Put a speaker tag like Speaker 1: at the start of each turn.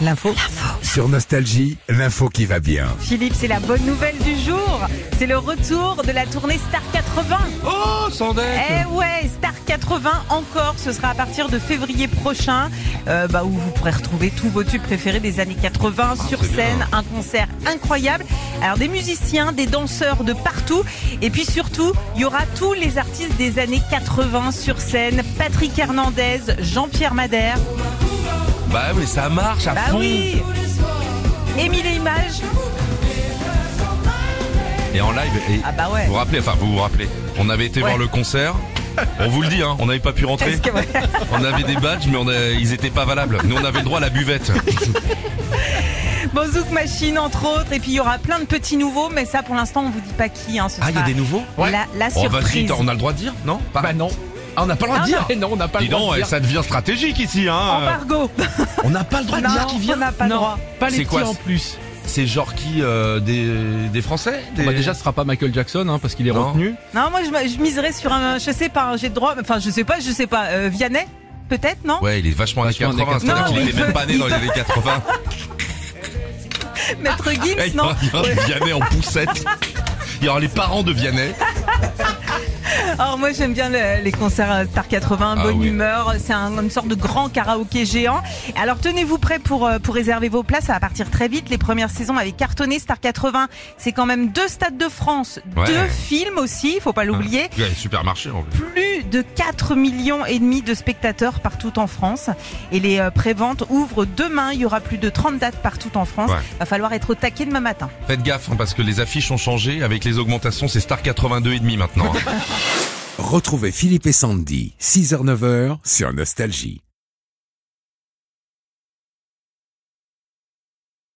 Speaker 1: L'info.
Speaker 2: Sur Nostalgie, l'info qui va bien.
Speaker 1: Philippe, c'est la bonne nouvelle du jour. C'est le retour de la tournée Star 80.
Speaker 3: Oh, sans
Speaker 1: Eh ouais, Star 80 encore. Ce sera à partir de février prochain, euh, bah, où vous pourrez retrouver tous vos tubes préférés des années 80
Speaker 3: Ah,
Speaker 1: sur scène. Un concert incroyable. Alors des musiciens, des danseurs de partout. Et puis surtout, il y aura tous les artistes des années 80 sur scène. Patrick Hernandez, Jean-Pierre Madère.
Speaker 3: Bah oui, ça marche à
Speaker 1: Bah
Speaker 3: fond.
Speaker 1: oui Émile et Images
Speaker 3: Et en live, et
Speaker 1: Ah bah ouais.
Speaker 3: vous vous rappelez, enfin vous vous rappelez, on avait été
Speaker 1: Ouais.
Speaker 3: voir le concert. On vous le dit, hein, on n'avait pas pu rentrer.
Speaker 1: Est-ce que-
Speaker 3: On avait des badges, mais on a- ils étaient pas valables. Nous, on avait le droit à la buvette. Oh, bah,
Speaker 1: Bon, Zouk Machine, entre autres. Et puis, il y aura plein de petits nouveaux, mais ça, pour l'instant, on vous dit pas qui. Hein, ce
Speaker 3: Ah,
Speaker 1: sera
Speaker 3: nouveaux
Speaker 1: La, la
Speaker 3: Oh, vas-y,
Speaker 1: surprise.
Speaker 3: t'as- on a le droit de dire, non Pas-
Speaker 4: Bah non. Ah, on n'a pas le droit
Speaker 1: Ah
Speaker 4: de dire. Eh Non, on n'a pas
Speaker 3: Dis
Speaker 4: le droit
Speaker 3: donc,
Speaker 4: de
Speaker 3: eh,
Speaker 4: dire.
Speaker 3: ça devient stratégique ici, hein.
Speaker 1: Embargo.
Speaker 4: On n'a pas le droit
Speaker 1: Non, on n'a pas le
Speaker 4: Non,
Speaker 1: droit.
Speaker 4: Pas les
Speaker 3: C'est
Speaker 4: petits
Speaker 3: quoi,
Speaker 4: en
Speaker 3: c'est-
Speaker 4: plus.
Speaker 3: C'est genre qui euh, des, des Français des...
Speaker 4: Ah, Bah déjà, ce sera pas Michael Jackson hein, parce qu'il est
Speaker 3: Non.
Speaker 4: retenu.
Speaker 1: Non, moi, je, je miserais sur un. Je sais pas, un jet de droit. Enfin, je sais pas, je sais pas. Euh, Vianney Peut-être, non
Speaker 3: Ouais, il est vachement années
Speaker 4: Vachement
Speaker 3: 80,
Speaker 4: années
Speaker 3: c'est-à-dire
Speaker 1: 80.
Speaker 3: qu'il était
Speaker 1: Non,
Speaker 3: même
Speaker 1: il
Speaker 3: pas né dans les années 80.
Speaker 1: Maître Gims,
Speaker 3: Eh, il y
Speaker 1: non
Speaker 3: aura, il y aura du Vianney en poussette. Il y aura les parents de Vianney.
Speaker 1: Alors, moi, j'aime bien le- les concerts euh, Star 80,
Speaker 3: Ah
Speaker 1: bonne
Speaker 3: oui.
Speaker 1: humeur. C'est un- une sorte de grand karaoké géant. Alors, tenez-vous prêts pour, euh, pour réserver vos places. Ça va partir très vite. Les premières saisons avaient cartonné Star 80. C'est quand même deux stades de France,
Speaker 3: Ouais.
Speaker 1: deux films aussi, il faut pas l'oublier.
Speaker 3: Ouais, supermarché en plus.
Speaker 1: plus de 4 millions et demi de spectateurs partout en France et les euh, préventes ouvrent demain, il y aura plus de 30 dates partout en France.
Speaker 3: Ouais.
Speaker 1: Va falloir être au taquet demain matin.
Speaker 3: Faites gaffe hein, parce que les affiches ont changé avec les augmentations, c'est Star 82 et demi maintenant. hein.
Speaker 2: Retrouvez Philippe et Sandy, 6h-9h sur Nostalgie.